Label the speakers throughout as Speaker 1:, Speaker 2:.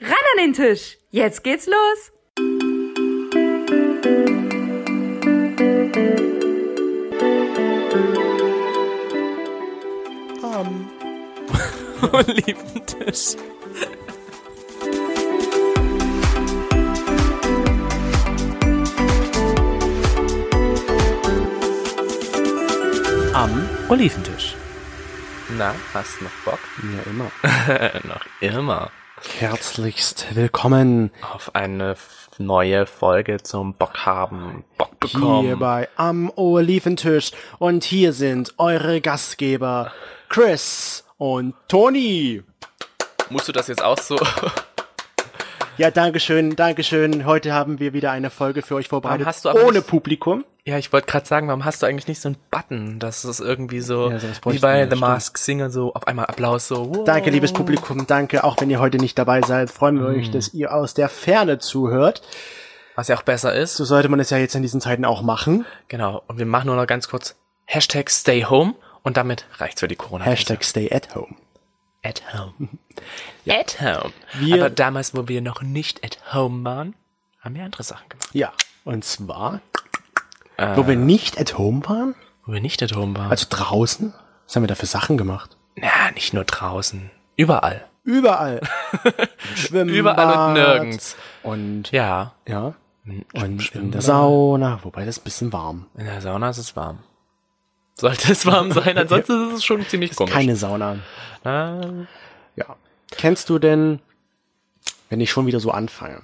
Speaker 1: an den Tisch. Jetzt geht's los.
Speaker 2: und lieben Tisch.
Speaker 3: Am Oliventisch.
Speaker 2: Na, hast noch Bock?
Speaker 3: Ja, immer.
Speaker 2: Äh, noch immer.
Speaker 3: Herzlichst willkommen
Speaker 2: Auf eine f- neue Folge zum Bock haben, Bock
Speaker 3: hier
Speaker 2: bekommen.
Speaker 3: bei Am Oliventisch. Und hier sind eure Gastgeber Chris und Toni.
Speaker 2: Musst du das jetzt auch so?
Speaker 3: Ja, Dankeschön, Dankeschön. Heute haben wir wieder eine Folge für euch vorbereitet.
Speaker 2: hast du aber
Speaker 3: ohne
Speaker 2: nicht-
Speaker 3: Publikum.
Speaker 2: ja, ich wollte gerade sagen, warum hast du eigentlich nicht so einen Button? Das ist irgendwie so,
Speaker 3: Ja, sowas
Speaker 2: wie
Speaker 3: bräuchten
Speaker 2: bei
Speaker 3: wir,
Speaker 2: The
Speaker 3: stimmt.
Speaker 2: Mask Singer, so auf einmal Applaus, so. uh, Wow.
Speaker 3: Danke, liebes Publikum, danke. Auch wenn ihr heute nicht dabei seid, freuen wir
Speaker 2: Mm.
Speaker 3: euch, dass ihr aus der Ferne zuhört.
Speaker 2: Was ja auch besser ist.
Speaker 3: So sollte man es ja jetzt in diesen Zeiten auch machen.
Speaker 2: Genau. Und wir machen nur noch ganz kurz Hashtag Stay Home und damit reicht's für die corona
Speaker 3: Hashtag stay at home.
Speaker 2: At Home. At Home.
Speaker 3: Wir-
Speaker 2: Aber damals, wo wir noch nicht at Home waren, haben wir andere Sachen gemacht.
Speaker 3: Ja. Und zwar,
Speaker 2: Äh.
Speaker 3: wo wir nicht at home waren,
Speaker 2: Wo wir nicht at Home waren.
Speaker 3: also draußen, was haben wir da für Sachen gemacht?
Speaker 2: Na, nicht nur draußen. Überall.
Speaker 3: Überall. Im Schwimmbad
Speaker 2: Überall und nirgends.
Speaker 3: Und
Speaker 2: Ja.
Speaker 3: ja. Und in der Sauna, wobei das ist ein bisschen warm.
Speaker 2: In der Sauna ist es warm. Sollte es warm sein, ansonsten ist es schon ziemlich komisch.
Speaker 3: Keine Sauna.
Speaker 2: Ah,
Speaker 3: Ja. Kennst du denn, wenn ich schon wieder so anfange?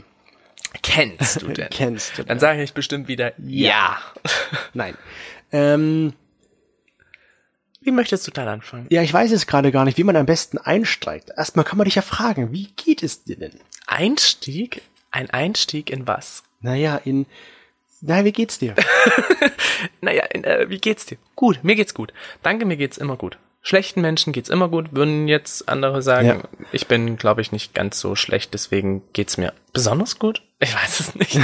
Speaker 2: kennst du denn?
Speaker 3: Kennst du
Speaker 2: Dann sage ich bestimmt wieder ja.
Speaker 3: Nein. Ähm,
Speaker 2: Wie möchtest du dann anfangen?
Speaker 3: ja, ich weiß jetzt gerade gar nicht, wie man am besten einsteigt. Erstmal kann man dich ja fragen, wie geht es dir denn?
Speaker 2: Einstieg? Ein Einstieg in was?
Speaker 3: Naja, in, na, wie geht's dir?
Speaker 2: Naja, in, äh, wie geht's dir? Gut, mir geht's gut. Danke, mir geht's immer gut. Schlechten Menschen geht's immer gut, würden jetzt andere sagen.
Speaker 3: Ja.
Speaker 2: Ich bin, glaube ich, nicht ganz so schlecht, deswegen geht's mir besonders gut. Ich weiß es nicht.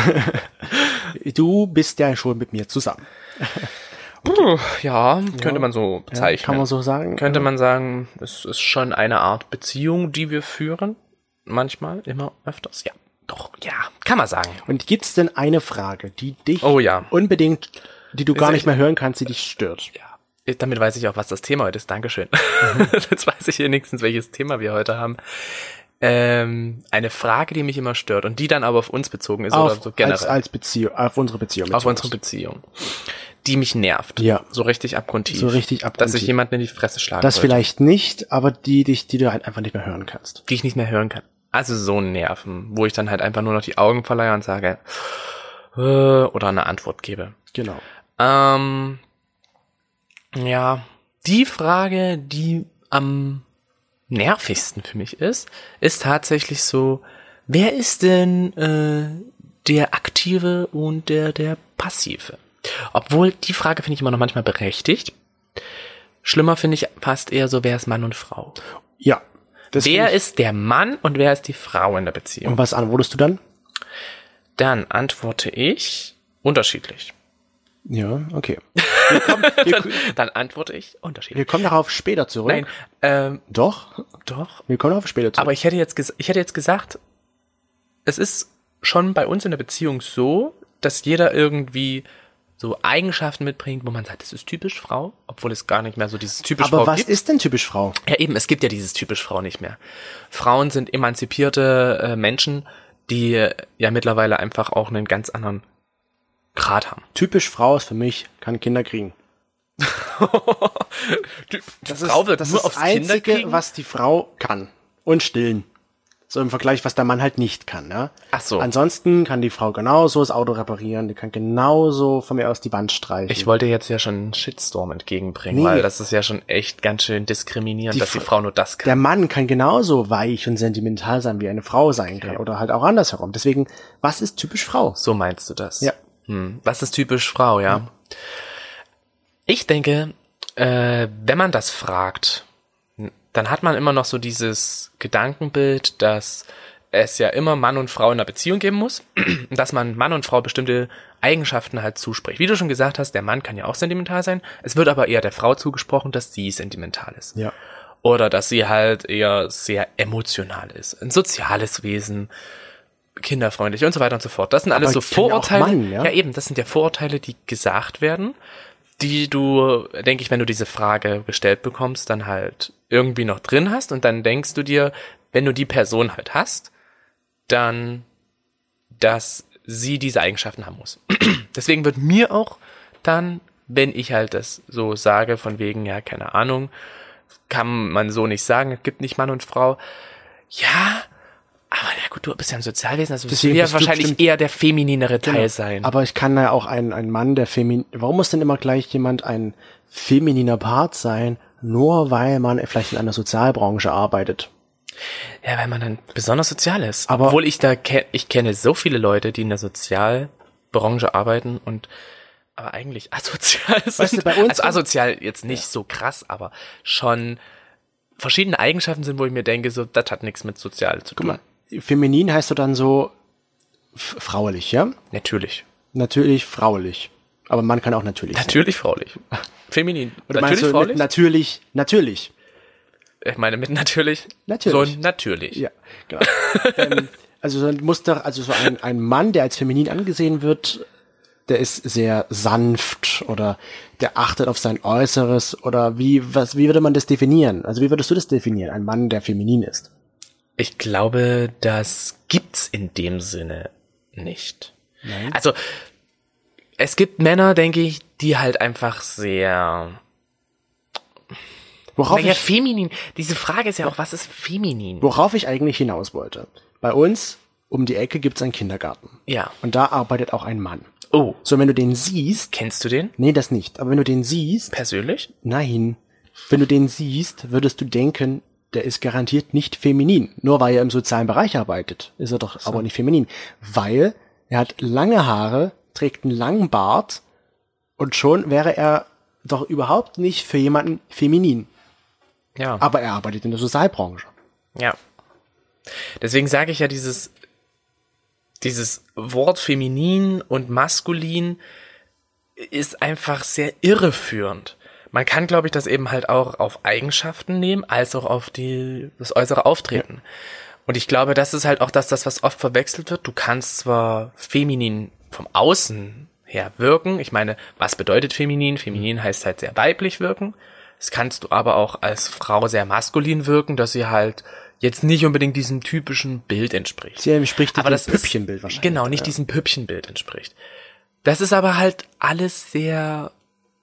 Speaker 3: Du bist ja schon mit mir zusammen.
Speaker 2: Puh, ja, könnte man so bezeichnen.
Speaker 3: Kann man so sagen?
Speaker 2: könnte man sagen, es ist schon eine Art Beziehung, die wir führen. Manchmal, immer öfters. Ja, doch, ja, kann man sagen.
Speaker 3: Und gibt's denn eine Frage, die dich
Speaker 2: Oh ja.
Speaker 3: unbedingt, die du
Speaker 2: Ist
Speaker 3: gar
Speaker 2: eh
Speaker 3: nicht mehr hören kannst, die dich stört?
Speaker 2: Ja. Damit weiß ich auch, was das Thema heute ist. Dankeschön.
Speaker 3: Mhm.
Speaker 2: Jetzt weiß ich wenigstens, welches Thema wir heute haben. Ähm, eine Frage, die mich immer stört und die dann aber auf uns bezogen ist oder so generell.
Speaker 3: als, als Beziehung, auf unsere Beziehung.
Speaker 2: auf unsere Beziehung. Die mich nervt.
Speaker 3: Ja.
Speaker 2: So richtig abgrundtief.
Speaker 3: So richtig
Speaker 2: Dass
Speaker 3: abgrundtief.
Speaker 2: ich jemanden in die Fresse schlagen
Speaker 3: Das
Speaker 2: wollte,
Speaker 3: vielleicht nicht, aber die dich, die du halt einfach nicht mehr hören kannst.
Speaker 2: die ich nicht mehr hören kann. Also so Nerven, wo ich dann halt einfach nur noch die Augen verleihe und sage, äh, oder eine Antwort gebe.
Speaker 3: Genau.
Speaker 2: Ähm, ja, die Frage, die am nervigsten für mich ist, ist tatsächlich so, wer ist denn äh, der Aktive und der, der Passive? Obwohl, die Frage finde ich immer noch manchmal berechtigt. Schlimmer finde ich fast eher so, wer ist Mann und Frau?
Speaker 3: Ja. Das
Speaker 2: Wer
Speaker 3: finde ich-
Speaker 2: ist der Mann und wer ist die Frau in der Beziehung?
Speaker 3: Und was antwortest du dann?
Speaker 2: Dann antworte ich unterschiedlich.
Speaker 3: Ja, okay.
Speaker 2: Dann antworte ich unterschiedlich.
Speaker 3: Wir kommen darauf später zurück.
Speaker 2: Nein, ähm,
Speaker 3: Doch,
Speaker 2: doch.
Speaker 3: wir kommen darauf später zurück.
Speaker 2: Aber ich hätte jetzt, ges ich hätte jetzt gesagt, es ist schon bei uns in der Beziehung so, dass jeder irgendwie so Eigenschaften mitbringt, wo man sagt, das ist typisch Frau, obwohl es gar nicht mehr so dieses typisch
Speaker 3: Aber
Speaker 2: Frau
Speaker 3: was
Speaker 2: gibt.
Speaker 3: ist denn typisch Frau?
Speaker 2: Ja, eben, es gibt ja dieses typisch Frau nicht mehr. Frauen sind emanzipierte äh, Menschen, die äh, ja mittlerweile einfach auch einen ganz anderen Grad haben.
Speaker 3: Typisch Frau ist für mich, kann Kinder kriegen.
Speaker 2: Die, die
Speaker 3: Das ist das, ist das Einzige, was die Frau kann. Und stillen. So im Vergleich, was der Mann halt nicht kann. Ne?
Speaker 2: Ach so.
Speaker 3: Ansonsten kann die Frau genauso das Auto reparieren, die kann genauso von mir aus die Wand streichen.
Speaker 2: Ich wollte jetzt ja schon einen Shitstorm entgegenbringen,
Speaker 3: Nee.
Speaker 2: weil das ist ja schon echt ganz schön diskriminierend,
Speaker 3: Die
Speaker 2: dass die
Speaker 3: Fra-
Speaker 2: Frau nur das kann.
Speaker 3: der Mann kann genauso weich und sentimental sein, wie eine Frau sein kann. Oder halt auch andersherum. Deswegen, was ist typisch Frau?
Speaker 2: So meinst du das?
Speaker 3: Ja.
Speaker 2: Hm. Was ist typisch Frau, ja? Ich denke, äh, wenn man das fragt, dann hat man immer noch so dieses Gedankenbild, dass es ja immer Mann und Frau in einer Beziehung geben muss, und dass man Mann und Frau bestimmte Eigenschaften halt zuspricht. Wie du schon gesagt hast, der Mann kann ja auch sentimental sein, es wird aber eher der Frau zugesprochen, dass sie sentimental ist.
Speaker 3: Ja.
Speaker 2: Oder dass sie halt eher sehr emotional ist. Ein soziales Wesen, kinderfreundlich und so weiter und so fort. Das sind alles
Speaker 3: Aber
Speaker 2: so
Speaker 3: ich kann ja auch
Speaker 2: Vorurteile.
Speaker 3: meinen, ja?
Speaker 2: ja, eben, das sind ja Vorurteile, die gesagt werden, die du, denke ich, wenn du diese Frage gestellt bekommst, dann halt irgendwie noch drin hast und dann denkst du dir, wenn du die Person halt hast, dann, dass sie diese Eigenschaften haben muss. Deswegen wird mir auch dann, wenn ich halt das so sage, von wegen, ja, keine Ahnung, kann man so nicht sagen, es gibt nicht Mann und Frau. Ja, aber na gut, du bist ja ein Sozialwesen, also wirst du
Speaker 3: Deswegen
Speaker 2: ja
Speaker 3: bist du
Speaker 2: wahrscheinlich
Speaker 3: bestimmt-
Speaker 2: eher der femininere Teil sein.
Speaker 3: Genau. Aber ich kann ja auch ein, ein Mann, der feminin. Warum muss denn immer gleich jemand ein femininer Part sein, nur weil man vielleicht in einer Sozialbranche arbeitet?
Speaker 2: Ja, weil man dann besonders sozial ist.
Speaker 3: Aber-
Speaker 2: Obwohl ich da ke ich kenne so viele Leute, die in der Sozialbranche arbeiten und aber eigentlich asozial sind.
Speaker 3: du, bei uns-
Speaker 2: also asozial jetzt nicht so krass, aber schon verschiedene Eigenschaften sind, wo ich mir denke, so das hat nichts mit sozial zu tun.
Speaker 3: Feminin heißt du dann so f- fraulich, ja?
Speaker 2: Natürlich.
Speaker 3: Natürlich fraulich. Aber man kann auch natürlich. sein.
Speaker 2: Natürlich fraulich. Feminin.
Speaker 3: Oder
Speaker 2: natürlich
Speaker 3: meinst du mit
Speaker 2: fraulich?
Speaker 3: natürlich, natürlich.
Speaker 2: ich meine mit natürlich.
Speaker 3: Natürlich.
Speaker 2: So ein natürlich.
Speaker 3: Ja, genau. ähm, also so ein Muster, also so ein, ein Mann, der als feminin angesehen wird, der ist sehr sanft oder der achtet auf sein Äußeres oder wie, was, wie würde man das definieren? Also wie würdest du das definieren? Ein Mann, der feminin ist.
Speaker 2: Ich glaube, das gibt's in dem Sinne nicht. Also, es gibt Männer, denke ich, die halt einfach sehr,
Speaker 3: Worauf,
Speaker 2: naja,
Speaker 3: ich,
Speaker 2: feminin. Diese Frage ist ja auch, was ist feminin?
Speaker 3: worauf ich eigentlich hinaus wollte. Bei uns um die Ecke gibt's einen Kindergarten.
Speaker 2: Ja.
Speaker 3: Und da arbeitet auch ein Mann.
Speaker 2: Oh,
Speaker 3: So, wenn du den siehst,
Speaker 2: kennst du den
Speaker 3: nee, das nicht, aber wenn du den siehst,
Speaker 2: persönlich?
Speaker 3: Nein. Wenn du den siehst, würdest du denken, der ist garantiert nicht feminin. Nur weil er im sozialen Bereich arbeitet, ist er doch aber nicht feminin. Weil er hat lange Haare, trägt einen langen Bart und schon wäre er doch überhaupt nicht für jemanden feminin.
Speaker 2: Ja.
Speaker 3: Aber er arbeitet in der Sozialbranche.
Speaker 2: Ja. Deswegen sage ich ja dieses, dieses Wort feminin und maskulin ist einfach sehr irreführend. Man kann, glaube ich, das eben halt auch auf Eigenschaften nehmen, als auch auf die, das äußere Auftreten. Und ich glaube, das ist halt auch das, das, was oft verwechselt wird. Du kannst zwar feminin vom Außen her wirken. Ich meine, was bedeutet feminin?
Speaker 3: Mhm.
Speaker 2: Feminin heißt halt sehr weiblich wirken. Das kannst du aber auch als Frau sehr maskulin wirken, dass sie halt jetzt nicht unbedingt diesem typischen Bild entspricht.
Speaker 3: Sie entspricht
Speaker 2: aber
Speaker 3: dem
Speaker 2: das ist-
Speaker 3: Püppchenbild wahrscheinlich,
Speaker 2: Genau, nicht diesem Püppchenbild entspricht. Das ist aber halt alles sehr,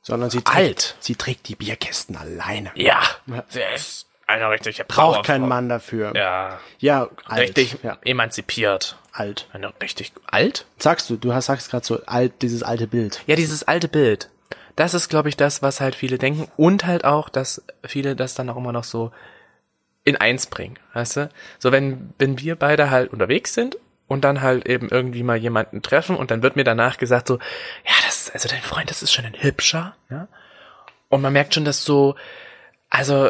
Speaker 3: Sondern sie
Speaker 2: Alt.
Speaker 3: sie trägt die Bierkästen alleine.
Speaker 2: ja, sie ist eine richtige
Speaker 3: Braucht kein
Speaker 2: Powerfrau.
Speaker 3: Mann dafür.
Speaker 2: Ja,
Speaker 3: Ja, alt.
Speaker 2: richtig
Speaker 3: Ja,
Speaker 2: emanzipiert.
Speaker 3: alt.
Speaker 2: Eine richtig alt?
Speaker 3: Sagst du, du hast, sagst gerade so alt, dieses alte Bild.
Speaker 2: Ja, dieses alte Bild. Das ist, glaube ich, das, was halt viele denken und halt auch, dass viele das dann auch immer noch so in eins bringen, weißt du? So, wenn, wenn wir beide halt unterwegs sind und dann halt eben irgendwie mal jemanden treffen und dann wird mir danach gesagt so, ja, das, also dein Freund, das ist schon ein Hübscher, ja? Und man merkt schon, dass so, also,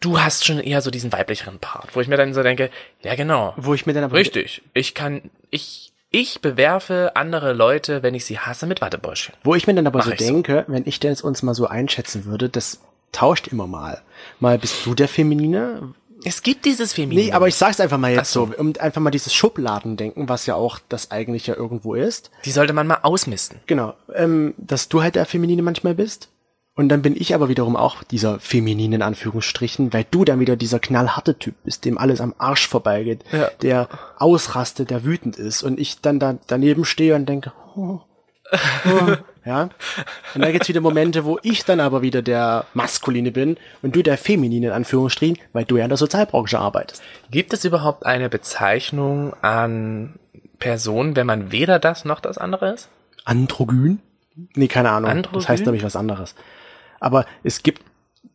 Speaker 2: du hast schon eher so diesen weiblicheren Part, wo ich mir dann so denke, ja, genau.
Speaker 3: Wo ich mir dann aber
Speaker 2: Richtig. Ich kann, ich, ich bewerfe andere Leute, wenn ich sie hasse, mit Wattebäuschen.
Speaker 3: Wo ich mir dann aber so
Speaker 2: ich so.
Speaker 3: denke, wenn ich denn jetzt uns mal so einschätzen würde, das tauscht immer mal. Mal bist du der Feminine?
Speaker 2: Es gibt dieses Feminin.
Speaker 3: Nee, aber ich sag's einfach mal jetzt
Speaker 2: Mhm. Ach so.
Speaker 3: so. um einfach mal dieses Schubladendenken, was ja auch das eigentlich ja irgendwo ist.
Speaker 2: die sollte man mal ausmisten.
Speaker 3: Genau, ähm, dass du halt der Feminine manchmal bist. Und dann bin ich aber wiederum auch dieser Feminine in Anführungsstrichen, weil du dann wieder dieser knallharte Typ bist, dem alles am Arsch vorbeigeht,
Speaker 2: Ja.
Speaker 3: der ausrastet, der wütend ist und ich dann da daneben stehe und denke, oh, oh, ja. Und dann gibt's wieder Momente, wo ich dann aber wieder der Maskuline bin und du der Feminine in Anführungsstrichen, weil du ja in der Sozialbranche arbeitest.
Speaker 2: Gibt es überhaupt eine Bezeichnung an Personen, wenn man weder das noch das andere ist?
Speaker 3: Androgyn? Nee, keine Ahnung.
Speaker 2: Androgyn?
Speaker 3: Das heißt nämlich was anderes. Aber es gibt,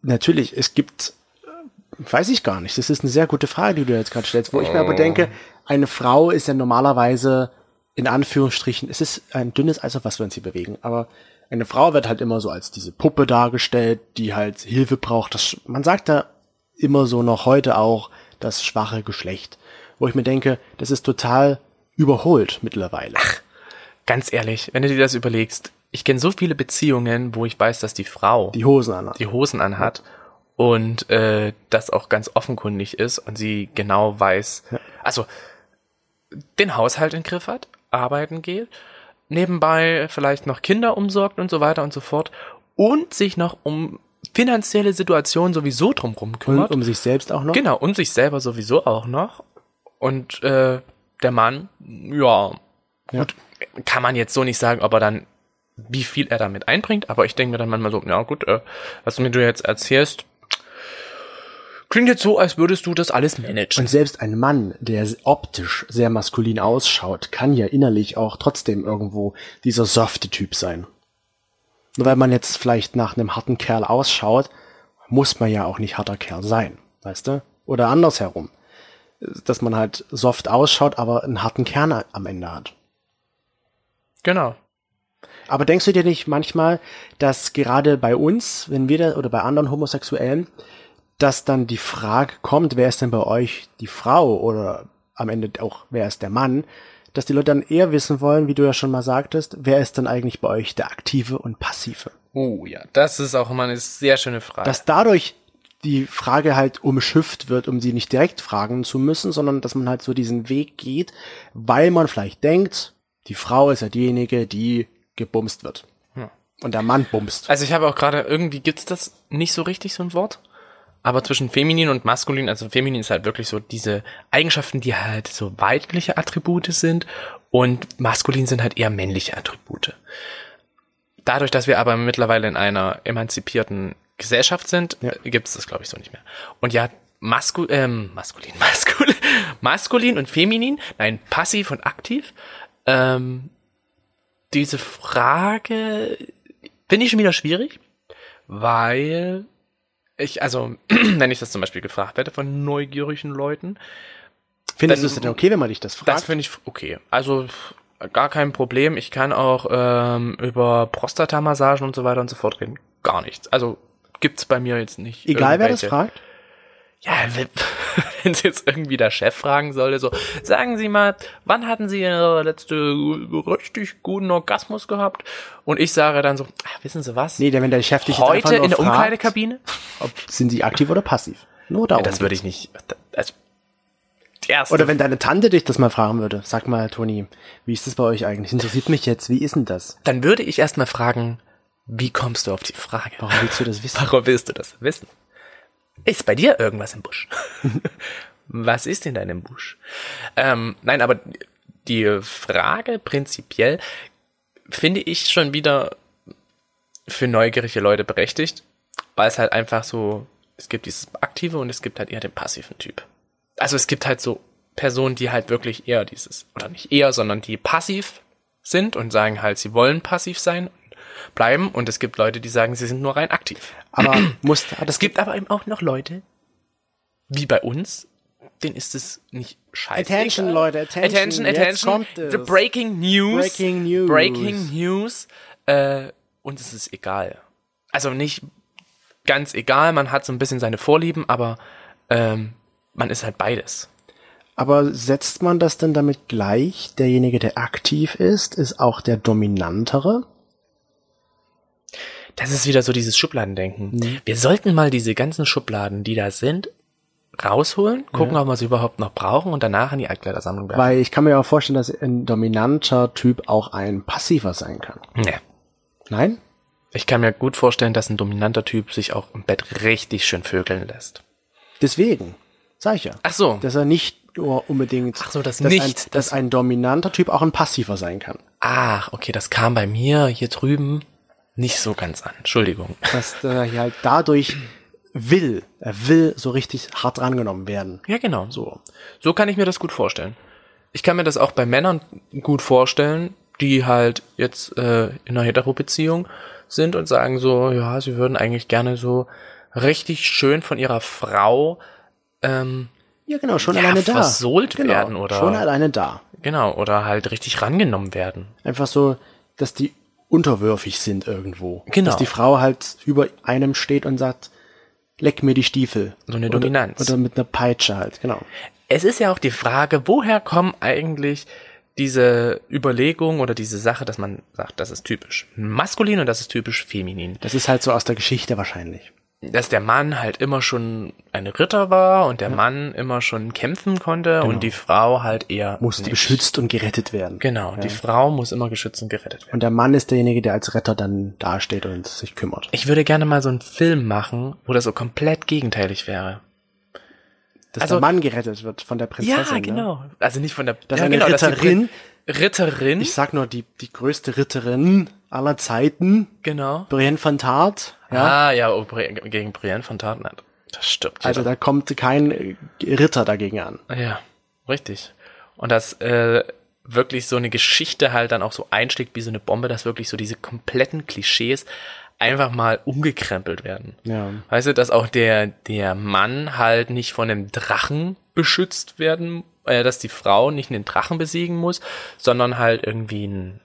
Speaker 3: natürlich, es gibt, äh, weiß ich gar nicht. Das ist eine sehr gute Frage, die du jetzt gerade stellst, wo ich mir aber denke, eine Frau ist ja normalerweise in Anführungsstrichen, es ist ein dünnes Eis, auf was wir uns hier bewegen, aber eine Frau wird halt immer so als diese Puppe dargestellt, die halt Hilfe braucht. Das, man sagt da immer so noch heute auch das schwache Geschlecht, wo ich mir denke, das ist total überholt mittlerweile.
Speaker 2: Ganz ehrlich, wenn du dir das überlegst, ich kenne so viele Beziehungen, wo ich weiß, dass die Frau
Speaker 3: die Hosen an.
Speaker 2: die Hosen anhat und äh, das auch ganz offenkundig ist und sie genau weiß, also den Haushalt in Griff hat, arbeiten geht, nebenbei vielleicht noch Kinder umsorgt und so weiter und so fort und sich noch um finanzielle Situationen sowieso drumherum
Speaker 3: Und
Speaker 2: kümmert.
Speaker 3: um sich selbst auch noch.
Speaker 2: Genau, um sich selber sowieso auch noch. Und äh, der Mann, ja, gut, kann man jetzt so nicht sagen, ob er dann, wie viel er damit einbringt, aber ich denke mir dann manchmal so, ja gut, äh, was du mir du jetzt erzählst, klingt jetzt so, als würdest du das alles managen.
Speaker 3: Und selbst ein Mann, der optisch sehr maskulin ausschaut, kann ja innerlich auch trotzdem irgendwo dieser softe Typ sein. Nur weil man jetzt vielleicht nach einem harten Kerl ausschaut, muss man ja auch nicht harter Kerl sein, weißt du? Oder andersherum. Dass man halt soft ausschaut, aber einen harten Kern am Ende hat.
Speaker 2: Genau.
Speaker 3: Aber denkst du dir nicht manchmal, dass gerade bei uns, wenn wir da oder bei anderen Homosexuellen, dass dann die Frage kommt, wer ist denn bei euch die Frau oder am Ende auch wer ist der Mann, dass die Leute dann eher wissen wollen, wie du ja schon mal sagtest, wer ist dann eigentlich bei euch der aktive und passive?
Speaker 2: Oh ja, das ist auch immer eine sehr schöne Frage.
Speaker 3: Dass dadurch die Frage halt umschifft wird, um sie nicht direkt fragen zu müssen, sondern dass man halt so diesen Weg geht, weil man vielleicht denkt, die Frau ist ja diejenige, die gebumst wird. Und der Mann bumst.
Speaker 2: Also ich habe auch gerade, irgendwie gibt's das nicht so richtig, so ein Wort. Aber zwischen feminin und maskulin, also feminin ist halt wirklich so diese Eigenschaften, die halt so weibliche Attribute sind und maskulin sind halt eher männliche Attribute. Dadurch, dass wir aber mittlerweile in einer emanzipierten Gesellschaft sind,
Speaker 3: Ja.
Speaker 2: äh, gibt's das, glaube ich, so nicht mehr. Und ja, masku ähm, maskulin, maskulin, maskulin und feminin, nein, passiv und aktiv. Ähm, diese Frage Finde ich schon wieder schwierig, weil ich, also, wenn ich das zum Beispiel gefragt werde von neugierigen Leuten,
Speaker 3: Findest du
Speaker 2: Dann-
Speaker 3: es denn okay, wenn man dich das
Speaker 2: das
Speaker 3: fragt?
Speaker 2: finde ich okay. Also, gar kein Problem. Ich kann auch ähm, über Prostatamassagen und so weiter und so fort reden. Gar nichts. Also, gibt's bei mir jetzt nicht.
Speaker 3: Egal wer das
Speaker 2: irgendwelche-
Speaker 3: fragt.
Speaker 2: Ja, wenn es jetzt irgendwie der Chef fragen sollte, so, sagen Sie mal, wann hatten Sie Ihre letzte richtig guten Orgasmus gehabt? Und ich sage dann so, ah, wissen Sie was?
Speaker 3: Nee, denn wenn der Chef dich jetzt einfach
Speaker 2: Heute
Speaker 3: nur
Speaker 2: in der
Speaker 3: fragt,
Speaker 2: Umkleidekabine?
Speaker 3: ob sind sie aktiv oder passiv. Nur darum.
Speaker 2: Ja, das würde ich nicht. Also, die erste.
Speaker 3: oder wenn deine Tante dich das mal fragen würde, sag mal, Toni, wie ist das bei euch eigentlich? Interessiert mich jetzt, wie ist denn das?
Speaker 2: dann würde ich erstmal fragen, wie kommst du auf die Frage?
Speaker 3: Warum willst du das wissen?
Speaker 2: Warum willst du das wissen? Ist bei dir irgendwas im Busch? Was ist in deinem Busch? Ähm, nein, aber die Frage prinzipiell finde ich schon wieder für neugierige Leute berechtigt, weil es halt einfach so, es gibt dieses aktive und es gibt halt eher den passiven Typ. Also es gibt halt so Personen, die halt wirklich eher dieses, oder nicht eher, sondern die passiv sind und sagen halt, sie wollen passiv sein, bleiben und es gibt Leute, die sagen, sie sind nur rein aktiv.
Speaker 3: Aber muss, ah, hat
Speaker 2: Es gibt aber eben auch noch Leute, wie bei uns, denen ist es nicht scheiße.
Speaker 3: Attention, Leute, attention.
Speaker 2: Attention,
Speaker 3: Jetzt
Speaker 2: attention.
Speaker 3: kommt es.
Speaker 2: The Breaking News.
Speaker 3: Breaking News.
Speaker 2: Breaking News. Äh, uns ist es egal. Also nicht ganz egal, man hat so ein bisschen seine Vorlieben, aber ähm, man ist halt beides.
Speaker 3: Aber setzt man das denn damit gleich? Derjenige, der aktiv ist, ist auch der dominantere?
Speaker 2: Das ist wieder so dieses Schubladendenken.
Speaker 3: Mhm.
Speaker 2: Wir sollten mal diese ganzen Schubladen, die da sind, rausholen, gucken, ob wir sie überhaupt noch brauchen und danach in die Altkleidersammlung werfen.
Speaker 3: Weil ich kann mir auch vorstellen, dass ein dominanter Typ auch ein passiver sein kann.
Speaker 2: Nee.
Speaker 3: Nein?
Speaker 2: Ich kann mir gut vorstellen, dass ein dominanter Typ sich auch im Bett richtig schön vögeln lässt.
Speaker 3: Deswegen. Sag ich ja.
Speaker 2: Ach so.
Speaker 3: dass er nicht nur unbedingt,
Speaker 2: Ach so, dass
Speaker 3: ein,
Speaker 2: nicht,
Speaker 3: dass
Speaker 2: dass-
Speaker 3: ein dominanter Typ auch ein passiver sein kann.
Speaker 2: Ach, Ah, okay, das kam bei mir hier drüben nicht so ganz an. Entschuldigung.
Speaker 3: Dass er hier halt dadurch will, er will so richtig hart rangenommen werden.
Speaker 2: Ja, genau. So. So kann ich mir das gut vorstellen. Ich kann mir das auch bei Männern gut vorstellen, die halt jetzt äh, in einer Hetero-Beziehung sind und sagen so, ja, sie würden eigentlich gerne so richtig schön von ihrer Frau, ähm,
Speaker 3: Ja, genau, schon
Speaker 2: Ja,
Speaker 3: alleine da. Genau,
Speaker 2: versohlt werden oder-
Speaker 3: Schon alleine da.
Speaker 2: genau, oder halt richtig rangenommen werden.
Speaker 3: Einfach so, dass die unterwürfig sind irgendwo.
Speaker 2: Genau.
Speaker 3: Dass die Frau halt über einem steht und sagt, leck mir die Stiefel.
Speaker 2: So eine Dominanz.
Speaker 3: Oder, oder mit einer Peitsche halt, genau.
Speaker 2: Es ist ja auch die Frage, woher kommen eigentlich diese Überlegung oder diese Sache, dass man sagt, das ist typisch maskulin und das ist typisch feminin.
Speaker 3: Das ist halt so aus der Geschichte wahrscheinlich.
Speaker 2: dass der Mann halt immer schon ein Ritter war und der Mann immer schon kämpfen konnte
Speaker 3: Genau.
Speaker 2: und die Frau halt eher
Speaker 3: Musste
Speaker 2: nicht.
Speaker 3: beschützt und gerettet werden.
Speaker 2: Genau, die Frau muss immer geschützt und gerettet werden.
Speaker 3: Und der Mann ist derjenige, der als Retter dann dasteht und sich kümmert.
Speaker 2: Ich würde gerne mal so einen Film machen, wo das so komplett gegenteilig wäre.
Speaker 3: Dass
Speaker 2: Also-
Speaker 3: der Mann gerettet wird von der Prinzessin.
Speaker 2: ja,
Speaker 3: Ne?
Speaker 2: genau. Also nicht von der
Speaker 3: Dass
Speaker 2: ja,
Speaker 3: eine
Speaker 2: genau, die
Speaker 3: Ritterin-
Speaker 2: Pri- Ritterin,
Speaker 3: Ich sag nur, die, die größte Ritterin aller Zeiten,
Speaker 2: genau.
Speaker 3: Brienne von Tart. Ja.
Speaker 2: Ah, ja, oh, Bri- gegen Brienne von Tartnet. Das stirbt.
Speaker 3: Also
Speaker 2: jeder.
Speaker 3: da kommt kein äh, Ritter dagegen an.
Speaker 2: Ah, ja, richtig. Und das äh, wirklich so eine Geschichte halt dann auch so einschlägt wie so eine Bombe, dass wirklich so diese kompletten Klischees einfach mal umgekrempelt werden.
Speaker 3: Ja.
Speaker 2: Weißt du, dass auch der, der Mann halt nicht von einem Drachen beschützt werden, äh, dass die Frau nicht einen Drachen besiegen muss, sondern halt irgendwie einen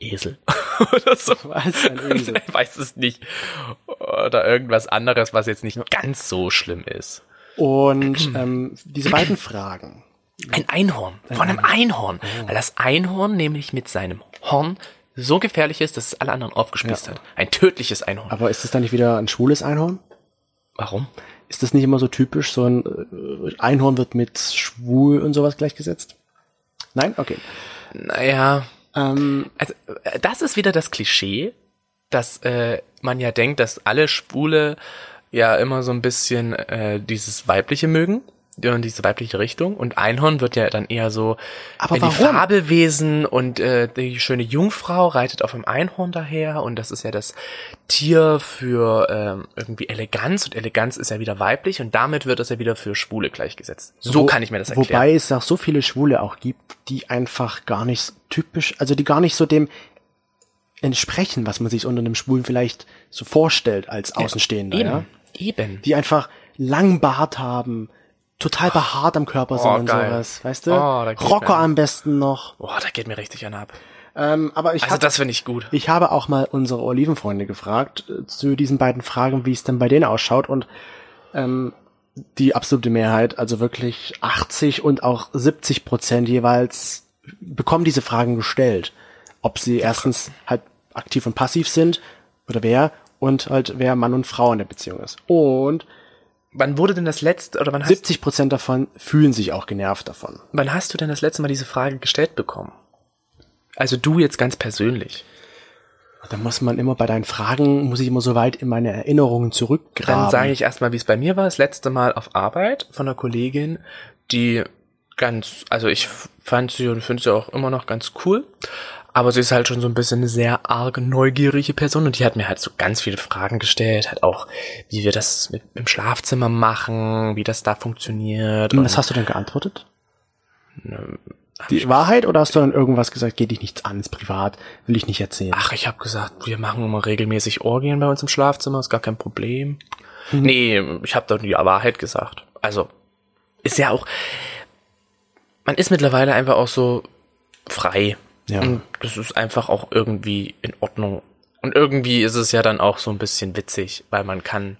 Speaker 2: Esel oder so.
Speaker 3: Was? Ein Esel.
Speaker 2: Ich weiß es nicht. Oder irgendwas anderes, was jetzt nicht ganz so schlimm ist.
Speaker 3: Und ähm, diese beiden Fragen.
Speaker 2: Ein Einhorn. Von einem Einhorn. Oh. Weil das Einhorn nämlich mit seinem Horn so gefährlich ist, dass es alle anderen aufgespießt hat. Ein tödliches Einhorn.
Speaker 3: Aber ist das dann nicht wieder ein schwules Einhorn?
Speaker 2: Warum?
Speaker 3: Ist das nicht immer so typisch, so ein äh, Einhorn wird mit schwul und sowas gleichgesetzt? Nein? Okay.
Speaker 2: Naja,
Speaker 3: Ähm,
Speaker 2: Also, äh, das ist wieder das Klischee, dass äh, man ja denkt, dass alle Schwule ja immer so ein bisschen äh, dieses Weibliche mögen ja, und diese weibliche Richtung. Und Einhorn wird ja dann eher so
Speaker 3: Aber
Speaker 2: äh, die
Speaker 3: warum?
Speaker 2: Fabelwesen und äh, die schöne Jungfrau reitet auf einem Einhorn daher und das ist ja das Tier für ähm, irgendwie Eleganz und Eleganz ist ja wieder weiblich und damit wird das ja wieder für Schwule gleichgesetzt. So
Speaker 3: wo-
Speaker 2: kann ich mir das erklären.
Speaker 3: Wobei es auch so viele Schwule auch gibt, die einfach gar nicht so typisch, also die gar nicht so dem entsprechen, was man sich unter einem Schwulen vielleicht so vorstellt als Außenstehender.
Speaker 2: eben,
Speaker 3: Ja?
Speaker 2: eben.
Speaker 3: Die einfach langen Bart haben, total behaart am Körper sind
Speaker 2: Oh,
Speaker 3: und
Speaker 2: geil.
Speaker 3: sowas, weißt du?
Speaker 2: Oh, da geht's
Speaker 3: Rocker
Speaker 2: mir.
Speaker 3: am besten noch.
Speaker 2: Boah, da geht mir richtig einer ab.
Speaker 3: Ähm, aber ich
Speaker 2: Also
Speaker 3: hab-
Speaker 2: das finde ich gut.
Speaker 3: Ich habe auch mal unsere Olivenfreunde gefragt äh, zu diesen beiden Fragen, wie es denn bei denen ausschaut und ähm, die absolute Mehrheit, also wirklich 80 und auch 70 Prozent jeweils bekommen diese Fragen gestellt, ob sie erstens halt aktiv und passiv sind oder wer und halt wer Mann und Frau in der Beziehung ist. Und
Speaker 2: Wann wurde denn das letzte oder wann hast,
Speaker 3: 70 Prozent davon fühlen sich auch genervt davon.
Speaker 2: wann hast du denn das letzte Mal diese Frage gestellt bekommen? Also du jetzt ganz persönlich.
Speaker 3: Da muss man immer bei deinen Fragen, muss ich immer so weit in meine Erinnerungen zurückgraben.
Speaker 2: Dann sage ich erstmal, wie es bei mir war. Das letzte Mal auf Arbeit von einer Kollegin, die ganz, also ich fand sie und finde sie auch immer noch ganz cool. Aber sie ist halt schon so ein bisschen eine sehr arg neugierige Person und die hat mir halt so ganz viele Fragen gestellt, halt auch, wie wir das mit, im Schlafzimmer machen, wie das da funktioniert.
Speaker 3: Und
Speaker 2: Und
Speaker 3: was Hm, hast du dann geantwortet?
Speaker 2: ähm,
Speaker 3: Die Wahrheit oder hast du dann irgendwas gesagt, geht dich nichts an, ist privat, will ich nicht erzählen?
Speaker 2: Ach, ich habe gesagt, wir machen immer regelmäßig Orgien bei uns im Schlafzimmer, ist gar kein Problem.
Speaker 3: Hm.
Speaker 2: Nee, ich habe doch die Wahrheit gesagt. Also, ist ja auch, man ist mittlerweile einfach auch so frei.
Speaker 3: Ja.
Speaker 2: Und das ist einfach auch irgendwie in Ordnung. Und irgendwie ist es ja dann auch so ein bisschen witzig, weil man kann,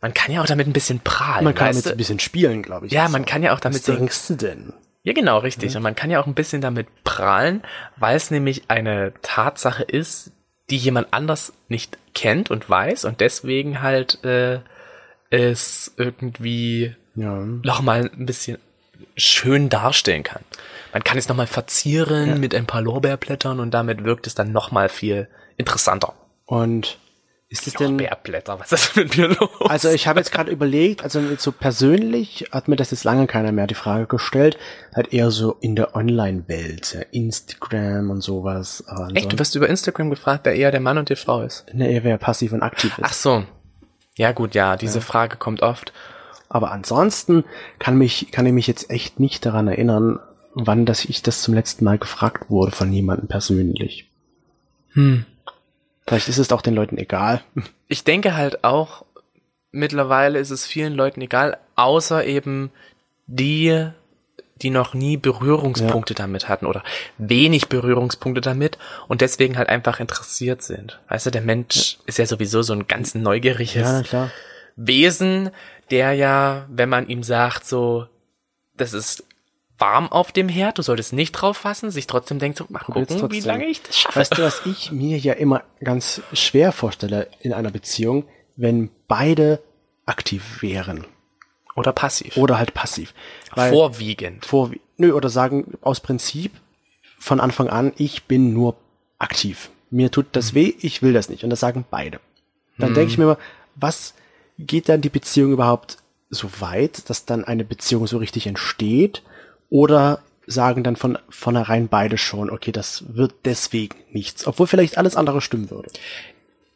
Speaker 2: man kann ja auch damit ein bisschen prahlen.
Speaker 3: man kann
Speaker 2: weißt
Speaker 3: damit ein
Speaker 2: du?
Speaker 3: bisschen spielen, glaube ich.
Speaker 2: ja, man kann ja auch damit
Speaker 3: Was
Speaker 2: so ein
Speaker 3: denkst du denn?
Speaker 2: ja, genau, richtig. Und man kann ja auch ein bisschen damit prahlen, weil es nämlich eine Tatsache ist, die jemand anders nicht kennt und weiß und deswegen halt äh, es irgendwie
Speaker 3: Ja.
Speaker 2: nochmal ein bisschen schön darstellen kann. Man kann es nochmal verzieren mit ein paar Lorbeerblättern und damit wirkt es dann nochmal viel interessanter.
Speaker 3: Und ist es denn.
Speaker 2: Lorbeerblätter, was ist mit mir los?
Speaker 3: Also ich habe jetzt gerade überlegt, also jetzt so persönlich hat mir das jetzt lange keiner mehr die Frage gestellt, halt eher so in der Online-Welt, ja, Instagram und sowas. aber
Speaker 2: Echt, du
Speaker 3: ansonsten-
Speaker 2: wirst über Instagram gefragt, wer eher der Mann und die Frau ist.
Speaker 3: Ne, eher wer passiv und aktiv ist.
Speaker 2: Ach so. Ja gut, ja, diese Frage kommt oft.
Speaker 3: Aber ansonsten kann mich, kann ich mich jetzt echt nicht daran erinnern, wann dass ich das zum letzten Mal gefragt wurde von jemandem persönlich.
Speaker 2: Hm.
Speaker 3: Vielleicht ist es auch den Leuten egal.
Speaker 2: ich denke halt auch, mittlerweile ist es vielen Leuten egal, außer eben die, die noch nie Berührungspunkte damit hatten oder wenig Berührungspunkte damit und deswegen halt einfach interessiert sind. Weißt du, der Mensch ist ja sowieso so ein ganz neugieriges
Speaker 3: klar.
Speaker 2: Wesen, der ja, wenn man ihm sagt, so, das ist warm auf dem Herd, du solltest nicht drauf fassen, sich trotzdem denkt, so, mach
Speaker 3: Probier's
Speaker 2: gucken, wie
Speaker 3: trotzdem.
Speaker 2: lange ich das schaffe.
Speaker 3: Weißt du, was ich mir ja immer ganz schwer vorstelle in einer Beziehung, wenn beide aktiv wären.
Speaker 2: Oder passiv.
Speaker 3: Oder halt passiv. Weil
Speaker 2: Vorwiegend.
Speaker 3: vor, nö, oder sagen aus Prinzip von Anfang an, ich bin nur aktiv. Mir tut das
Speaker 2: Mhm.
Speaker 3: weh, ich will das nicht. Und das sagen beide. Dann denke ich mir mal, was geht dann die Beziehung überhaupt so weit, dass dann eine Beziehung so richtig entsteht? Oder sagen dann von vornherein beide schon, okay, das wird deswegen nichts, obwohl vielleicht alles andere stimmen würde.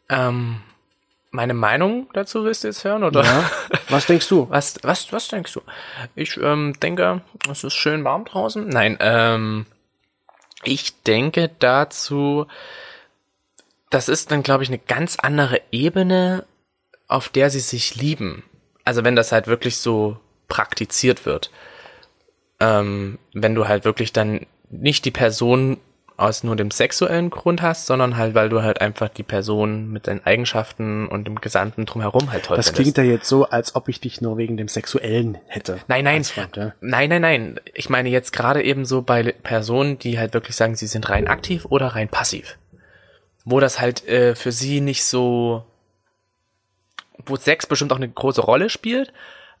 Speaker 2: Ähm, meine Meinung dazu willst du jetzt hören? Oder?
Speaker 3: Ja? Was denkst du?
Speaker 2: Was, was, was denkst du? Ich ähm, denke, es ist schön warm draußen. Nein, ähm, ich denke dazu, das ist dann, glaube ich, eine ganz andere Ebene, auf der sie sich lieben. Also wenn das halt wirklich so praktiziert wird. Ähm, wenn du halt wirklich dann nicht die Person aus nur dem sexuellen Grund hast, sondern halt, weil du halt einfach die Person mit deinen Eigenschaften und dem Gesamten drumherum halt toll
Speaker 3: Das
Speaker 2: findest.
Speaker 3: klingt ja jetzt so, als ob ich dich nur wegen dem Sexuellen hätte.
Speaker 2: Nein, nein.
Speaker 3: Als Freund, ja.
Speaker 2: Nein, nein, nein. Ich meine jetzt gerade eben so bei Le- Personen, die halt wirklich sagen, sie sind rein aktiv oder rein passiv. Wo das halt äh, für sie nicht so, wo Sex bestimmt auch eine große Rolle spielt,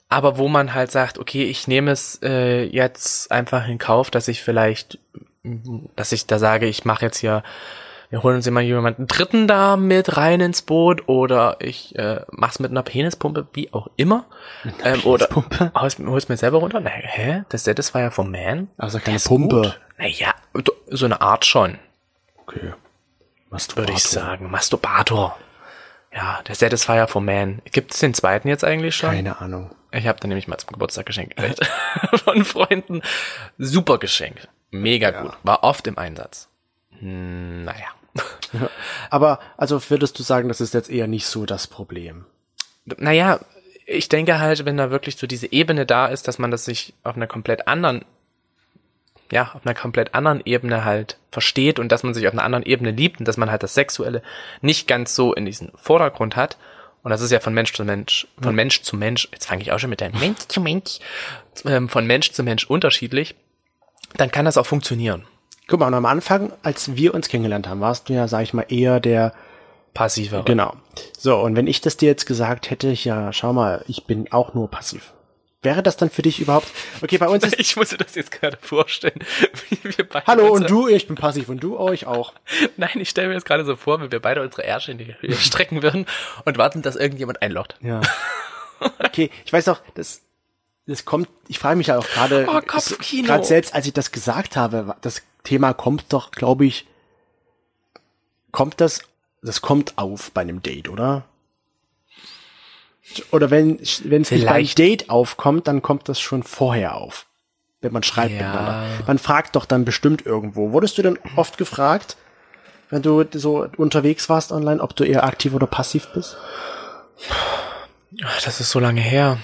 Speaker 2: aber wo man halt sagt, okay, ich nehme es äh, jetzt einfach in Kauf, dass ich vielleicht, mm, dass ich da sage, ich mache jetzt hier, wir holen uns immer jemanden Dritten da mit rein ins Boot oder ich äh, mach's mit einer Penispumpe, wie auch immer. Ähm, oder
Speaker 3: Penispumpe?
Speaker 2: holst, holst mir selber runter? Na, hä? Das Set war ja vom Man.
Speaker 3: Also keine
Speaker 2: ist
Speaker 3: Pumpe.
Speaker 2: Gut. Naja, d- so eine Art schon,
Speaker 3: Okay. Was
Speaker 2: würde ich sagen. Masturbator. Ja, der Satisfier vom Man. Gibt es den zweiten jetzt eigentlich schon?
Speaker 3: Keine Ahnung.
Speaker 2: Ich habe den nämlich mal zum Geburtstag geschenkt gekriegt. Von Freunden. Super Geschenk. Mega gut. War oft im Einsatz. Hm, Naja.
Speaker 3: Aber also würdest du sagen, das ist jetzt eher nicht so das Problem.
Speaker 2: Naja, ich denke halt, wenn da wirklich so diese Ebene da ist, dass man das sich auf einer komplett anderen, ja, auf einer komplett anderen Ebene halt versteht und dass man sich auf einer anderen Ebene liebt und dass man halt das Sexuelle nicht ganz so in diesen Vordergrund hat. Und das ist ja von Mensch zu Mensch, von Mensch zu Mensch, jetzt fange ich auch schon mit der Mensch zu Mensch, ähm, von Mensch zu Mensch unterschiedlich, dann kann das auch funktionieren.
Speaker 3: Guck mal, und am Anfang, als wir uns kennengelernt haben, warst du ja, sag ich mal, eher der,
Speaker 2: Passiver.
Speaker 3: genau. So, und wenn ich das dir jetzt gesagt hätte, ja, schau mal, ich bin auch nur passiv. Wäre das dann für dich überhaupt, okay, bei uns ist,
Speaker 2: Ich musste das jetzt gerade vorstellen. Wie wir beide
Speaker 3: hallo,
Speaker 2: unser-
Speaker 3: und du, ich bin passiv, und du, oh, ich auch.
Speaker 2: Nein, ich stelle mir jetzt gerade so vor, wenn wir beide unsere Ärsche in die Höhe strecken würden und warten, dass irgendjemand einlocht.
Speaker 3: Ja. Okay, ich weiß auch, das, das kommt, ich frage mich ja auch gerade,
Speaker 2: Oh,
Speaker 3: ist-
Speaker 2: Kopfkino.
Speaker 3: gerade selbst, als ich das gesagt habe, wa- das Thema kommt doch, glaube ich, kommt das, das kommt auf bei einem Date, oder? Oder wenn es nicht beim
Speaker 2: Vielleicht.
Speaker 3: Date aufkommt, dann kommt das schon vorher auf. Wenn man schreibt
Speaker 2: Ja.
Speaker 3: miteinander. Man fragt doch dann bestimmt irgendwo. Wurdest du denn oft gefragt, wenn du so unterwegs warst online, ob du eher aktiv oder passiv bist?
Speaker 2: Ah, Das ist so lange her.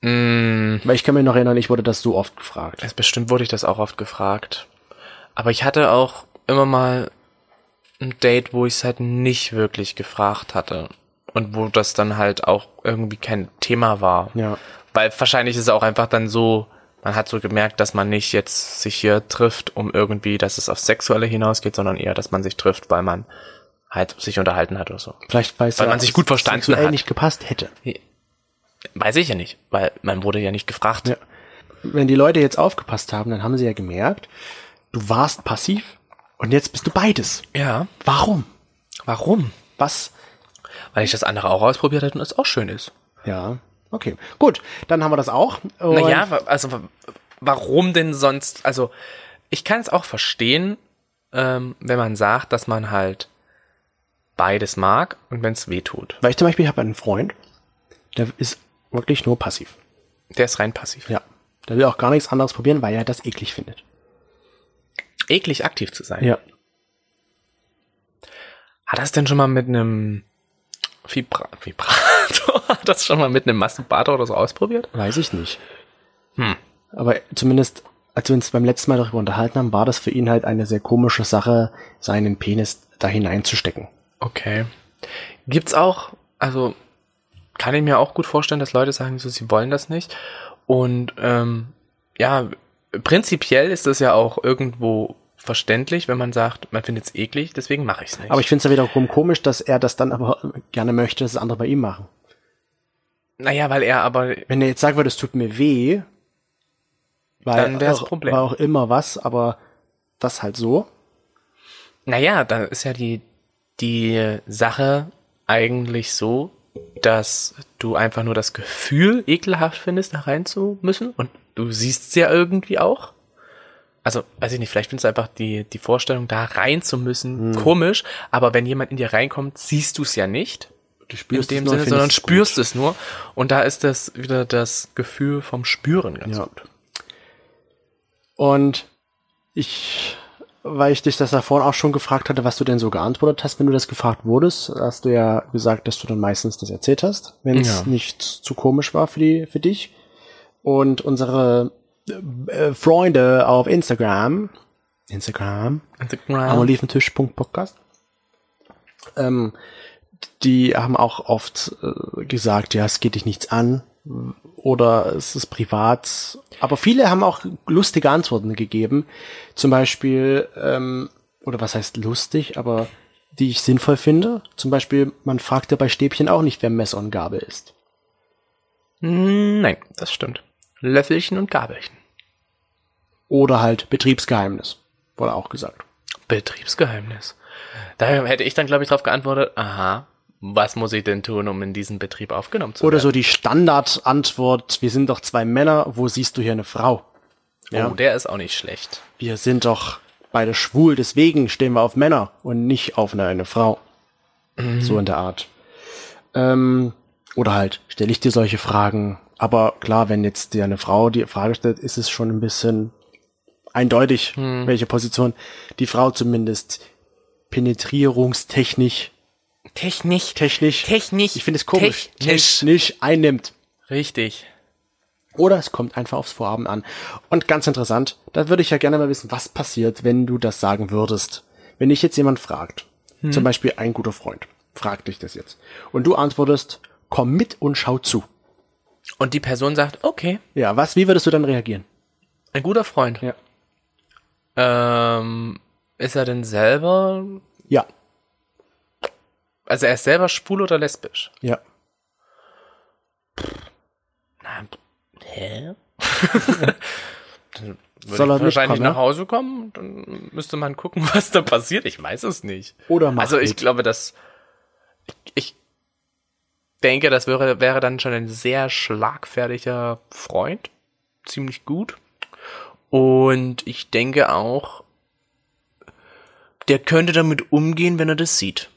Speaker 2: Mm,
Speaker 3: Weil ich kann mich noch erinnern, ich wurde das so oft gefragt.
Speaker 2: das bestimmt wurde ich das auch oft gefragt. Aber ich hatte auch immer mal ein Date, wo ich es halt nicht wirklich gefragt hatte. Und wo das dann halt auch irgendwie kein Thema war.
Speaker 3: Ja.
Speaker 2: Weil wahrscheinlich ist es auch einfach dann so, man hat so gemerkt, dass man nicht jetzt sich hier trifft, um irgendwie, dass es auf Sexuelle hinausgeht, sondern eher, dass man sich trifft, weil man halt sich unterhalten hat oder so.
Speaker 3: Vielleicht weiß
Speaker 2: Weil
Speaker 3: er,
Speaker 2: man
Speaker 3: dass
Speaker 2: sich gut
Speaker 3: es
Speaker 2: verstanden
Speaker 3: sexuell
Speaker 2: hat.
Speaker 3: nicht gepasst hätte.
Speaker 2: Weiß ich ja nicht, weil man wurde ja nicht gefragt.
Speaker 3: Ja. Wenn die Leute jetzt aufgepasst haben, dann haben sie ja gemerkt, du warst passiv und jetzt bist du beides.
Speaker 2: Ja,
Speaker 3: Warum?
Speaker 2: warum?
Speaker 3: Was?
Speaker 2: Weil ich das andere auch ausprobiert hätte und es auch schön ist.
Speaker 3: Ja. Okay. Gut, dann haben wir das auch. Und
Speaker 2: Naja, wa- also wa- warum denn sonst? Also ich kann es auch verstehen, ähm, wenn man sagt, dass man halt beides mag und wenn es weh tut.
Speaker 3: Weil ich zum Beispiel habe einen Freund, der ist wirklich nur passiv.
Speaker 2: Der ist rein passiv.
Speaker 3: Ja. Der will auch gar nichts anderes probieren, weil er das eklig findet.
Speaker 2: Eklig aktiv zu sein. Hat das denn schon mal mit einem Vibra Vibrator? Hat das schon mal mit einem Masturbator oder so ausprobiert?
Speaker 3: Weiß ich nicht. Hm. Aber zumindest, als wir uns beim letzten Mal darüber unterhalten haben, war das für ihn halt eine sehr komische Sache, seinen Penis da hineinzustecken.
Speaker 2: Okay. Gibt's auch, also kann ich mir auch gut vorstellen, dass Leute sagen, so, sie wollen das nicht. Und ähm, ja, prinzipiell ist das ja auch irgendwo verständlich, wenn man sagt, man findet es eklig, deswegen mache ich es nicht.
Speaker 3: Aber ich finde es ja wiederum komisch, dass er das dann aber gerne möchte, dass es andere bei ihm machen.
Speaker 2: Naja, weil er aber.
Speaker 3: Wenn er jetzt sagen würde, es tut mir weh, weil
Speaker 2: Dann wär's
Speaker 3: auch,
Speaker 2: Problem.
Speaker 3: war auch immer was, aber das halt so.
Speaker 2: Naja, da ist ja die, die Sache eigentlich so, dass du einfach nur das Gefühl ekelhaft findest, da rein zu müssen. Und du siehst es ja irgendwie auch. Also, weiß ich nicht, vielleicht findest du einfach die, die Vorstellung, da rein zu müssen,
Speaker 3: Hm.
Speaker 2: komisch. Aber wenn jemand in dir reinkommt, siehst du es ja nicht.
Speaker 3: Du
Speaker 2: in
Speaker 3: spürst
Speaker 2: dem Sinne, sondern spürst es nur. Und da ist das wieder das Gefühl vom Spüren ganz
Speaker 3: Ja.
Speaker 2: gut.
Speaker 3: Und ich, weil ich dich das da vorhin auch schon gefragt hatte, was du denn so geantwortet hast, wenn du das gefragt wurdest, hast du ja gesagt, dass du dann meistens das erzählt hast, wenn es
Speaker 2: Ja.
Speaker 3: nicht zu komisch war für, die, für dich. Und unsere äh, Freunde auf Instagram, Instagram,
Speaker 2: Ah.
Speaker 3: Olivenfisch.podcast. Ähm, die haben auch oft äh, gesagt, ja, es geht dich nichts an oder es ist privat. Aber viele haben auch lustige Antworten gegeben. Zum Beispiel, ähm, oder was heißt lustig, aber die ich sinnvoll finde. Zum Beispiel, man fragt ja bei Stäbchen auch nicht, wer Messer und Gabel ist.
Speaker 2: Hm, Nein, das stimmt. Löffelchen und Gabelchen.
Speaker 3: Oder halt Betriebsgeheimnis, wurde auch gesagt.
Speaker 2: Betriebsgeheimnis. Da hätte ich dann, glaube ich, darauf geantwortet, aha, was muss ich denn tun, um in diesen Betrieb aufgenommen zu
Speaker 3: Oder
Speaker 2: werden?
Speaker 3: so die Standardantwort, wir sind doch zwei Männer, wo siehst du hier eine Frau? ja.
Speaker 2: Oh, der ist auch nicht schlecht.
Speaker 3: Wir sind doch beide schwul, deswegen stehen wir auf Männer und nicht auf eine, eine Frau.
Speaker 2: Mhm.
Speaker 3: So in der Art. Ähm, oder halt, stelle ich dir solche Fragen. Aber klar, wenn jetzt dir eine Frau die Frage stellt, ist es schon ein bisschen eindeutig,
Speaker 2: Mhm.
Speaker 3: welche Position die Frau zumindest penetrierungstechnisch,
Speaker 2: Technisch.
Speaker 3: technisch,
Speaker 2: Technisch.
Speaker 3: ich finde es komisch,
Speaker 2: Technisch.
Speaker 3: technisch einnimmt.
Speaker 2: Richtig.
Speaker 3: Oder es kommt einfach aufs Vorhaben an. Und ganz interessant, da würde ich ja gerne mal wissen, was passiert, wenn du das sagen würdest. Wenn dich jetzt jemand fragt, zum Beispiel ein guter Freund, fragt dich das jetzt. Und du antwortest, komm mit und schau zu.
Speaker 2: Und die Person sagt, okay,
Speaker 3: Ja, was, wie würdest du dann reagieren?
Speaker 2: ein guter Freund.
Speaker 3: Ja.
Speaker 2: Ähm, ist er denn selber,
Speaker 3: Ja,
Speaker 2: also er ist selber schwul oder lesbisch?
Speaker 3: ja.
Speaker 2: Na, hä? Dann würde
Speaker 3: Soll er
Speaker 2: ich wahrscheinlich
Speaker 3: mitkommen,
Speaker 2: nach Hause kommen, dann müsste man gucken, was da passiert. Ich weiß es nicht.
Speaker 3: Oder mach
Speaker 2: Also ich
Speaker 3: mit.
Speaker 2: glaube, dass ich, ich denke, das wäre, wäre dann schon ein sehr schlagfertiger Freund. Ziemlich gut. Und ich denke auch, der könnte damit umgehen, wenn er das sieht.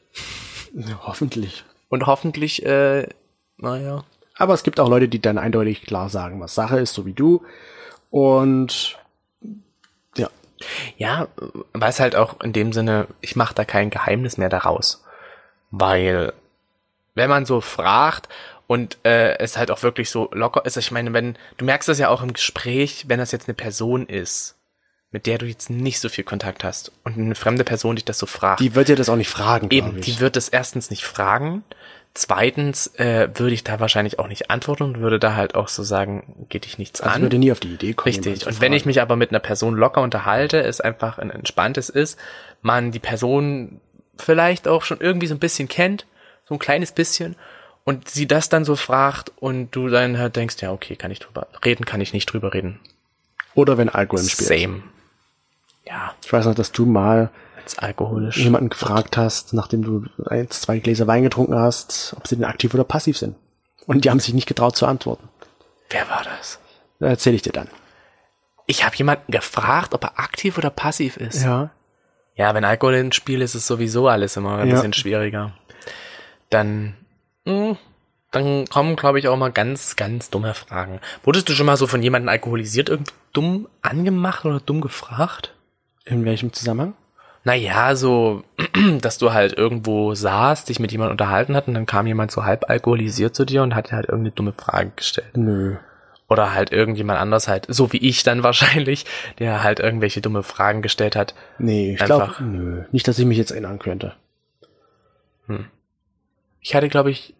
Speaker 3: Ja, Hoffentlich.
Speaker 2: Und hoffentlich, äh, naja.
Speaker 3: Aber es gibt auch Leute, die dann eindeutig klar sagen, was Sache ist, so wie du. Und ja,
Speaker 2: Ja, weiß halt auch in dem Sinne, ich mache da kein Geheimnis mehr daraus. Weil, wenn man so fragt und äh, es halt auch wirklich so locker ist, ich meine, wenn, du merkst das ja auch im Gespräch, wenn das jetzt eine Person ist, mit der du jetzt nicht so viel Kontakt hast und eine fremde Person dich das so fragt.
Speaker 3: die wird dir das auch nicht fragen. glaub
Speaker 2: Eben,
Speaker 3: ich.
Speaker 2: die wird es erstens nicht fragen. Zweitens äh, würde ich da wahrscheinlich auch nicht antworten und würde da halt auch so sagen, geht dich nichts
Speaker 3: also
Speaker 2: an.
Speaker 3: würde nie auf die Idee kommen. jemanden
Speaker 2: Richtig.
Speaker 3: zu
Speaker 2: Und wenn ich
Speaker 3: fragen.
Speaker 2: mich aber mit einer Person locker unterhalte, es einfach ein entspanntes ist, man die Person vielleicht auch schon irgendwie so ein bisschen kennt, so ein kleines bisschen, und sie das dann so fragt und du dann halt denkst, ja, okay, kann ich drüber reden, kann ich nicht drüber reden.
Speaker 3: Oder wenn Alkohol im Spiel ist.
Speaker 2: Same. Ja,
Speaker 3: Ich weiß noch, dass du mal
Speaker 2: als alkoholisch.
Speaker 3: jemanden gefragt hast, nachdem du ein, zwei Gläser Wein getrunken hast, ob sie denn aktiv oder passiv sind. Und die haben sich nicht getraut zu antworten.
Speaker 2: Wer war das?
Speaker 3: Da erzähle ich dir dann.
Speaker 2: Ich habe jemanden gefragt, ob er aktiv oder passiv ist. Ja,
Speaker 3: Ja.
Speaker 2: wenn Alkohol im Spiel ist, ist sowieso alles immer ein
Speaker 3: Ja.
Speaker 2: bisschen schwieriger. Dann, mh, dann kommen, glaube ich, auch mal ganz, ganz dumme Fragen. Wurdest du schon mal so von jemandem alkoholisiert irgendwie dumm angemacht oder dumm gefragt?
Speaker 3: In welchem Zusammenhang?
Speaker 2: Naja, so, dass du halt irgendwo saßt, dich mit jemandem unterhalten hat und dann kam jemand so halb alkoholisiert zu dir und hat dir halt irgendeine dumme Frage gestellt.
Speaker 3: Nö.
Speaker 2: Oder halt irgendjemand anders halt, so wie ich dann wahrscheinlich, der halt irgendwelche dumme Fragen gestellt hat.
Speaker 3: Nee, ich
Speaker 2: Einfach.
Speaker 3: glaube, nö. Nicht, dass ich mich jetzt erinnern könnte.
Speaker 2: Ich hatte, glaube ich,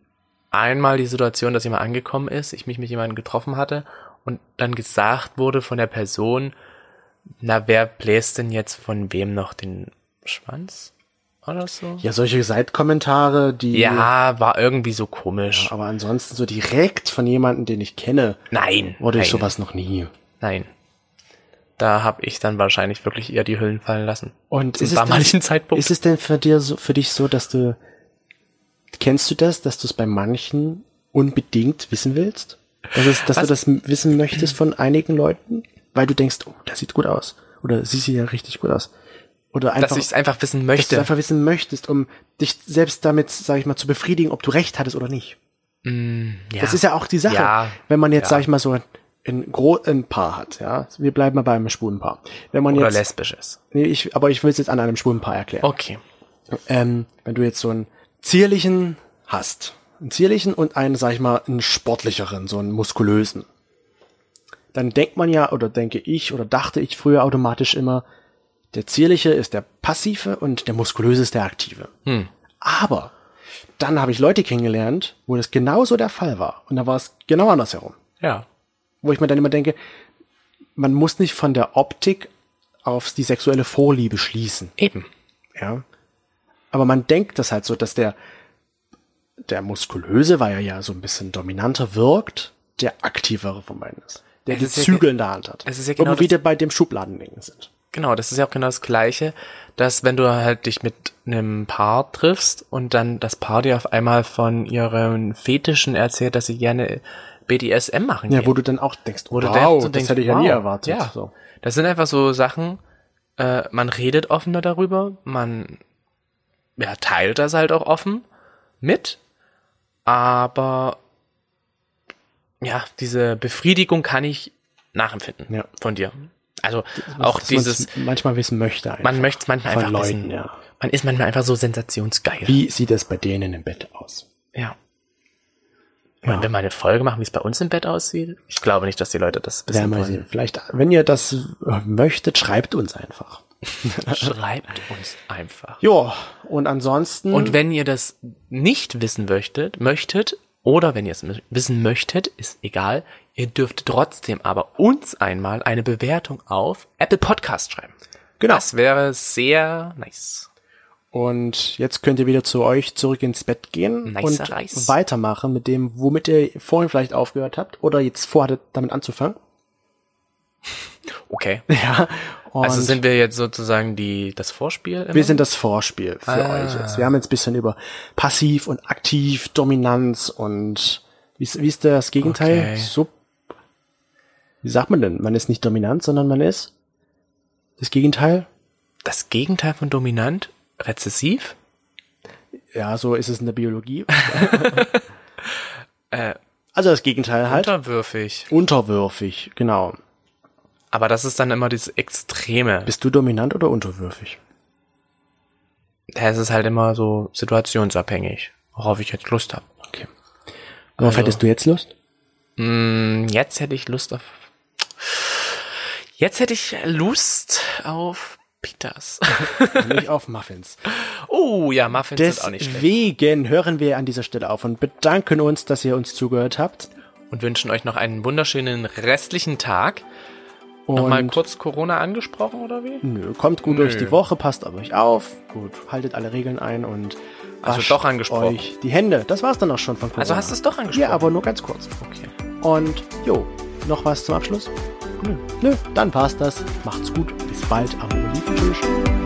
Speaker 2: einmal die Situation, dass jemand angekommen ist, ich mich mit jemandem getroffen hatte und dann gesagt wurde von der Person, na, wer bläst denn jetzt von wem noch den Schwanz? War das so?
Speaker 3: Ja, solche Seitkommentare, die.
Speaker 2: Ja, war irgendwie so komisch.
Speaker 3: Aber ansonsten so direkt von jemandem, den ich kenne,
Speaker 2: Nein.
Speaker 3: wurde
Speaker 2: nein,
Speaker 3: ich sowas noch nie.
Speaker 2: Nein. Da habe ich dann wahrscheinlich wirklich eher die Hüllen fallen lassen.
Speaker 3: Und
Speaker 2: Zum
Speaker 3: ist es dann-
Speaker 2: damaligen Zeitpunkt.
Speaker 3: Ist es denn für dir so, für dich so, dass du, kennst du das, dass du es bei manchen unbedingt wissen willst? Dass, es, dass du
Speaker 2: Was?
Speaker 3: das m- wissen möchtest von einigen Leuten? Weil du denkst, oh, das sieht gut aus. Oder sie sieht ja richtig gut aus. Oder einfach,
Speaker 2: dass ich es einfach wissen
Speaker 3: dass du
Speaker 2: möchte.
Speaker 3: einfach wissen möchtest, um dich selbst damit, sag ich mal, zu befriedigen, ob du recht hattest oder nicht.
Speaker 2: ja.
Speaker 3: Das ist ja auch die Sache.
Speaker 2: Ja.
Speaker 3: Wenn man jetzt,
Speaker 2: Ja.
Speaker 3: sag ich mal, so ein, ein, Gro ein Paar hat, ja. Wir bleiben mal beim Schwulenpaar. Wenn man
Speaker 2: Oder
Speaker 3: jetzt,
Speaker 2: lesbisches.
Speaker 3: nee, ich, aber ich will es jetzt an einem Schwulenpaar erklären.
Speaker 2: Okay.
Speaker 3: Ähm, wenn du jetzt so einen zierlichen hast, einen zierlichen und einen, sag ich mal, einen sportlicheren, so einen muskulösen, dann denkt man ja, oder denke ich, oder dachte ich früher automatisch immer, der zierliche ist der passive und der muskulöse ist der aktive. Aber dann habe ich Leute kennengelernt, wo das genauso der Fall war. Und da war es genau andersherum
Speaker 2: Ja.
Speaker 3: wo ich mir dann immer denke, man muss nicht von der Optik auf die sexuelle Vorliebe schließen.
Speaker 2: Eben.
Speaker 3: Ja. Aber man denkt das halt so, dass der, der muskulöse, weil er ja so ein bisschen dominanter wirkt, der aktivere von beiden ist. Der
Speaker 2: Es
Speaker 3: die
Speaker 2: ist ja
Speaker 3: Zügel
Speaker 2: ge-
Speaker 3: in der Hand hat.
Speaker 2: es ist ja
Speaker 3: Wo
Speaker 2: genau
Speaker 3: wir wieder bei dem Schubladending sind.
Speaker 2: Genau, das ist ja auch genau das Gleiche, dass wenn du halt dich mit einem Paar triffst und dann das Paar dir auf einmal von ihren Fetischen erzählt, dass sie gerne BDSM machen.
Speaker 3: Ja,
Speaker 2: gehen.
Speaker 3: wo du dann auch denkst,
Speaker 2: Wo
Speaker 3: wow,
Speaker 2: du denkst
Speaker 3: das
Speaker 2: und denkst,
Speaker 3: hätte ich ja
Speaker 2: wow,
Speaker 3: nie erwartet.
Speaker 2: Ja.
Speaker 3: So.
Speaker 2: Das sind einfach so Sachen, äh, man redet offener darüber, man ja, teilt das halt auch offen mit, aber ja, diese Befriedigung kann ich nachempfinden
Speaker 3: Ja.
Speaker 2: von dir. Also auch
Speaker 3: Dass man's
Speaker 2: dieses,
Speaker 3: manchmal wissen möchte einfach.
Speaker 2: man möchte es manchmal
Speaker 3: von
Speaker 2: einfach
Speaker 3: Leuten,
Speaker 2: wissen.
Speaker 3: ja.
Speaker 2: Man ist manchmal einfach so sensationsgeil.
Speaker 3: Wie sieht das bei denen im Bett aus?
Speaker 2: Ja. Und wenn wir eine Folge machen, wie es bei uns im Bett aussieht, ich glaube nicht, dass die Leute das
Speaker 3: Ja,
Speaker 2: wissen
Speaker 3: mal
Speaker 2: wollen.
Speaker 3: sehen. Vielleicht, wenn ihr das äh, möchtet, schreibt uns einfach.
Speaker 2: Schreibt uns einfach.
Speaker 3: Ja, und ansonsten.
Speaker 2: Und wenn ihr das nicht wissen möchtet, möchtet, oder wenn ihr es mö- wissen möchtet, ist egal, ihr dürft trotzdem aber uns einmal eine Bewertung auf Apple Podcast schreiben.
Speaker 3: genau.
Speaker 2: Das wäre sehr nice.
Speaker 3: Und jetzt könnt ihr wieder zu euch zurück ins Bett gehen
Speaker 2: Nicer
Speaker 3: und
Speaker 2: Reis.
Speaker 3: weitermachen mit dem, womit ihr vorhin vielleicht aufgehört habt oder jetzt vorhattet, damit anzufangen.
Speaker 2: Okay.
Speaker 3: Ja. Und
Speaker 2: Also sind wir jetzt sozusagen die, das Vorspiel? Immer?
Speaker 3: wir sind das Vorspiel für
Speaker 2: Ah.
Speaker 3: euch jetzt. Wir haben jetzt ein bisschen über passiv und aktiv, Dominanz und wie ist, wie ist das Gegenteil?
Speaker 2: Okay.
Speaker 3: Sub. Wie sagt man denn? Man ist nicht dominant, sondern man ist das Gegenteil?
Speaker 2: das Gegenteil von dominant? Rezessiv?
Speaker 3: Ja, so ist es in der Biologie. also das Gegenteil halt.
Speaker 2: Unterwürfig.
Speaker 3: unterwürfig, genau.
Speaker 2: Aber das ist dann immer dieses Extreme.
Speaker 3: Bist du dominant oder unterwürfig?
Speaker 2: Ja, Es ist halt immer so situationsabhängig, worauf ich jetzt Lust habe.
Speaker 3: Okay.
Speaker 2: Also-
Speaker 3: Worauf hättest du jetzt Lust?
Speaker 2: Mm, Jetzt hätte ich Lust auf. Jetzt hätte ich Lust auf Pitas.
Speaker 3: Nicht auf Muffins.
Speaker 2: Oh ja, Muffins sind auch nicht schlecht.
Speaker 3: Deswegen hören wir an dieser Stelle auf und bedanken uns, dass ihr uns zugehört habt.
Speaker 2: Und wünschen euch noch einen wunderschönen restlichen Tag.
Speaker 3: Und
Speaker 2: Nochmal kurz Corona angesprochen, oder wie?
Speaker 3: Nö, kommt gut durch
Speaker 2: Nö.
Speaker 3: die Woche, passt auf euch auf. Gut, haltet alle Regeln ein und
Speaker 2: Also
Speaker 3: wascht
Speaker 2: doch angesprochen.
Speaker 3: euch die Hände. Das war's dann auch schon von Corona.
Speaker 2: Also hast du es doch angesprochen.
Speaker 3: Ja, aber nur ganz kurz.
Speaker 2: Okay.
Speaker 3: Und jo, noch was zum Abschluss? Nö. Nö, dann war's das. Macht's gut. Bis bald. Am lieben Tschüss.